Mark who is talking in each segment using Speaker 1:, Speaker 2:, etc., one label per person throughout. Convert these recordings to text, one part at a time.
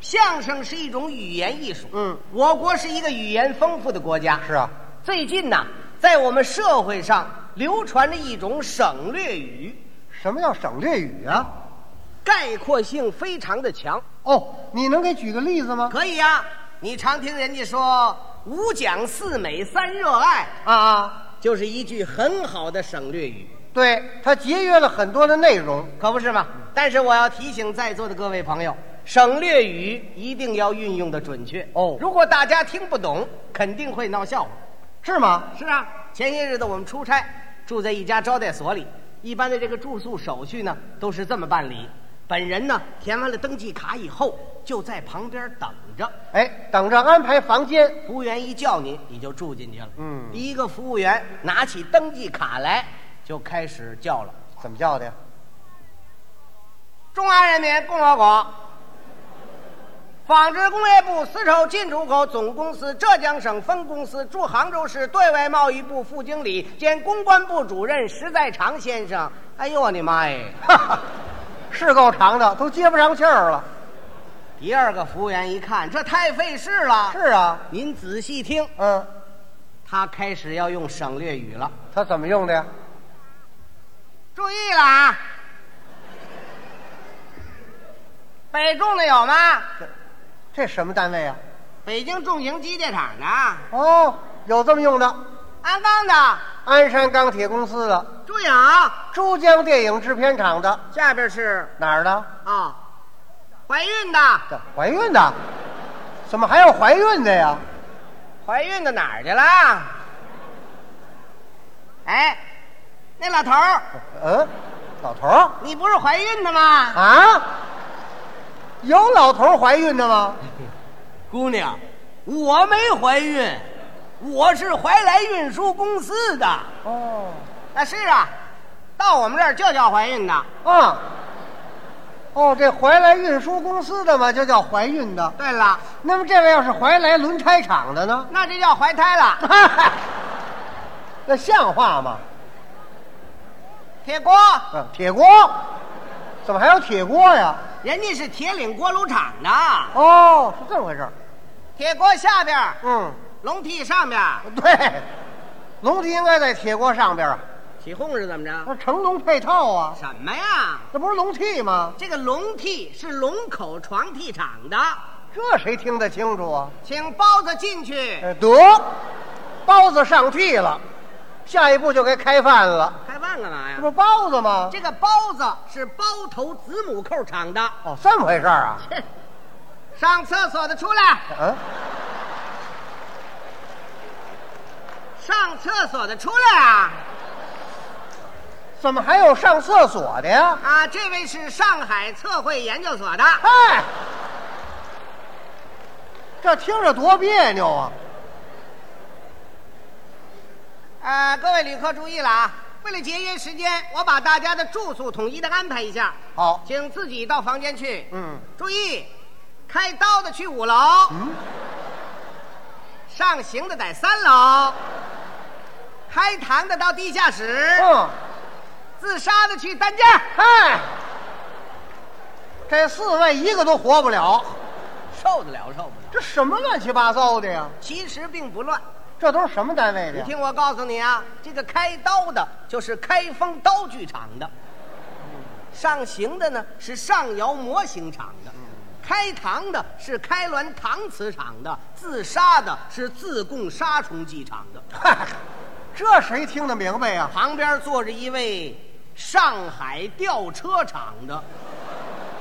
Speaker 1: 相声是一种语言艺术。
Speaker 2: 嗯，
Speaker 1: 我国是一个语言丰富的国家。
Speaker 2: 是啊，
Speaker 1: 最近呢，在我们社会上流传着一种省略语，
Speaker 2: 什么叫省略语啊？
Speaker 1: 概括性非常的强。
Speaker 2: 哦，你能给举个例子吗？
Speaker 1: 可以呀、你常听人家说“五讲四美三热爱
Speaker 2: 啊，”，
Speaker 1: 就是一句很好的省略语，
Speaker 2: 对，它节约了很多的内容。
Speaker 1: 可不是吗？但是我要提醒在座的各位朋友，省略语一定要运用的准确
Speaker 2: 哦
Speaker 1: 如果大家听不懂，肯定会闹笑话。
Speaker 2: 是吗？
Speaker 1: 是啊，前些日子我们出差，住在一家招待所里。一般的这个住宿手续呢，都是这么办理。本人呢，填完了登记卡以后，就在旁边等着。
Speaker 2: 哎，等着安排房间。
Speaker 1: 服务员一叫你，你就住进去了。
Speaker 2: 嗯
Speaker 1: 第一个服务员拿起登记卡来，就开始叫了
Speaker 2: 怎么叫的呀？：“
Speaker 1: 中华人民共和国纺织工业部丝绸进出口总公司浙江省分公司驻杭州市对外贸易部副经理兼公关部主任石在长先生。”哎呦我的妈哎！
Speaker 2: 哈哈，是够长的，都接不上气儿了。
Speaker 1: 第二个服务员一看，这太费事了。
Speaker 2: 是，啊，
Speaker 1: 您仔细听，
Speaker 2: 嗯，
Speaker 1: 他开始要用省略语了。
Speaker 2: 它怎么用的呀？
Speaker 1: 注意了啊！北重的有吗？
Speaker 2: 这什么单位啊？
Speaker 1: 北京重型机械厂的啊，
Speaker 2: 哦，有这么用的，
Speaker 1: 鞍钢的，
Speaker 2: 鞍山钢铁公司的，
Speaker 1: 注意啊！
Speaker 2: 珠江电影制片厂的，
Speaker 1: 下边是
Speaker 2: 哪儿的？
Speaker 1: 啊，怀孕的，
Speaker 2: 这怀孕的？怎么还有怀孕的呀？
Speaker 1: 怀孕的哪儿去了？哎，那老头儿，
Speaker 2: 嗯，老头儿
Speaker 1: 你不是怀孕的吗？
Speaker 2: 啊？有老头儿怀孕的吗？
Speaker 1: 姑娘，我没怀孕，我是怀来运输公司的。
Speaker 2: 哦，
Speaker 1: 啊，是啊，到我们这儿就叫怀孕的。
Speaker 2: 啊，哦，这怀来运输公司的嘛，就叫怀孕的。
Speaker 1: 对了，
Speaker 2: 那么这位要是怀来轮胎厂的呢？
Speaker 1: 那这叫怀胎了。
Speaker 2: 那像话吗？
Speaker 1: 铁锅，
Speaker 2: 嗯，铁锅，怎么还有铁锅呀？
Speaker 1: 人家是铁岭锅炉厂的，
Speaker 2: 哦，是这么回事儿。
Speaker 1: 铁锅下边儿，
Speaker 2: 嗯，
Speaker 1: 笼屉上边儿。
Speaker 2: 对，笼屉应该在铁锅上边啊，
Speaker 1: 起哄是怎么着？
Speaker 2: 那成龙配套啊，
Speaker 1: 什么呀？
Speaker 2: 那不是笼屉吗？
Speaker 1: 这个笼屉是龙口床屉厂的，
Speaker 2: 这谁听得清楚啊？
Speaker 1: 请包子进去。
Speaker 2: 哎得，包子上屉了，下一步就该开饭了。
Speaker 1: 开饭干嘛
Speaker 2: 这
Speaker 1: 呀？
Speaker 2: 不包子吗？
Speaker 1: 这个包子是包头子母扣厂的。
Speaker 2: 哦，这么回事儿啊？
Speaker 1: 上厕所的出来，
Speaker 2: 嗯，
Speaker 1: 上厕所的出来啊！
Speaker 2: 怎么还有上厕所的呀？
Speaker 1: 啊，这位是上海测绘研究所的。
Speaker 2: 嗨，这听着多别扭啊！
Speaker 1: 呃，各位旅客注意了啊！为了节约时间，我把大家的住宿统一的安排一下，
Speaker 2: 好，
Speaker 1: 请自己到房间去。
Speaker 2: 嗯
Speaker 1: 注意，开刀的去五楼，
Speaker 2: 嗯，
Speaker 1: 上刑的在三楼，开膛的到地下室，
Speaker 2: 嗯，
Speaker 1: 自杀的去担架。
Speaker 2: 嗨，这四位一个都活不了，
Speaker 1: 受得了，受不了。
Speaker 2: 这什么乱七八糟的呀？
Speaker 1: 其实并不乱，
Speaker 2: 这都是什么单位的
Speaker 1: 你
Speaker 2: 呀？
Speaker 1: 听我告诉你啊，这个开刀的就是开封刀具厂的，上刑的呢是上窑模型厂的，开膛的是开滦搪瓷厂的，自杀的是自贡杀虫剂厂的。
Speaker 2: 嗨，这谁听得明白呀？
Speaker 1: 旁边坐着一位上海吊车厂的，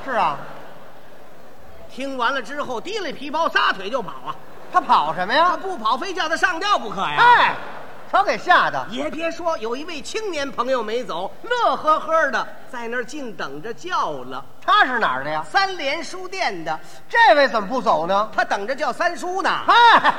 Speaker 2: 是啊，
Speaker 1: 听完了之后提了皮包撒腿就跑啊！
Speaker 2: 他跑什么
Speaker 1: 他
Speaker 2: 呀？
Speaker 1: 不跑，非叫他上吊不可呀！
Speaker 2: 哎，他给吓的。
Speaker 1: 也别说，有一位青年朋友没走，乐呵呵的在那儿静等着叫了。
Speaker 2: 他是哪儿的呀？
Speaker 1: 三联书店的，
Speaker 2: 这位怎么不走呢？
Speaker 1: 他等着叫三叔呢。
Speaker 2: 哎，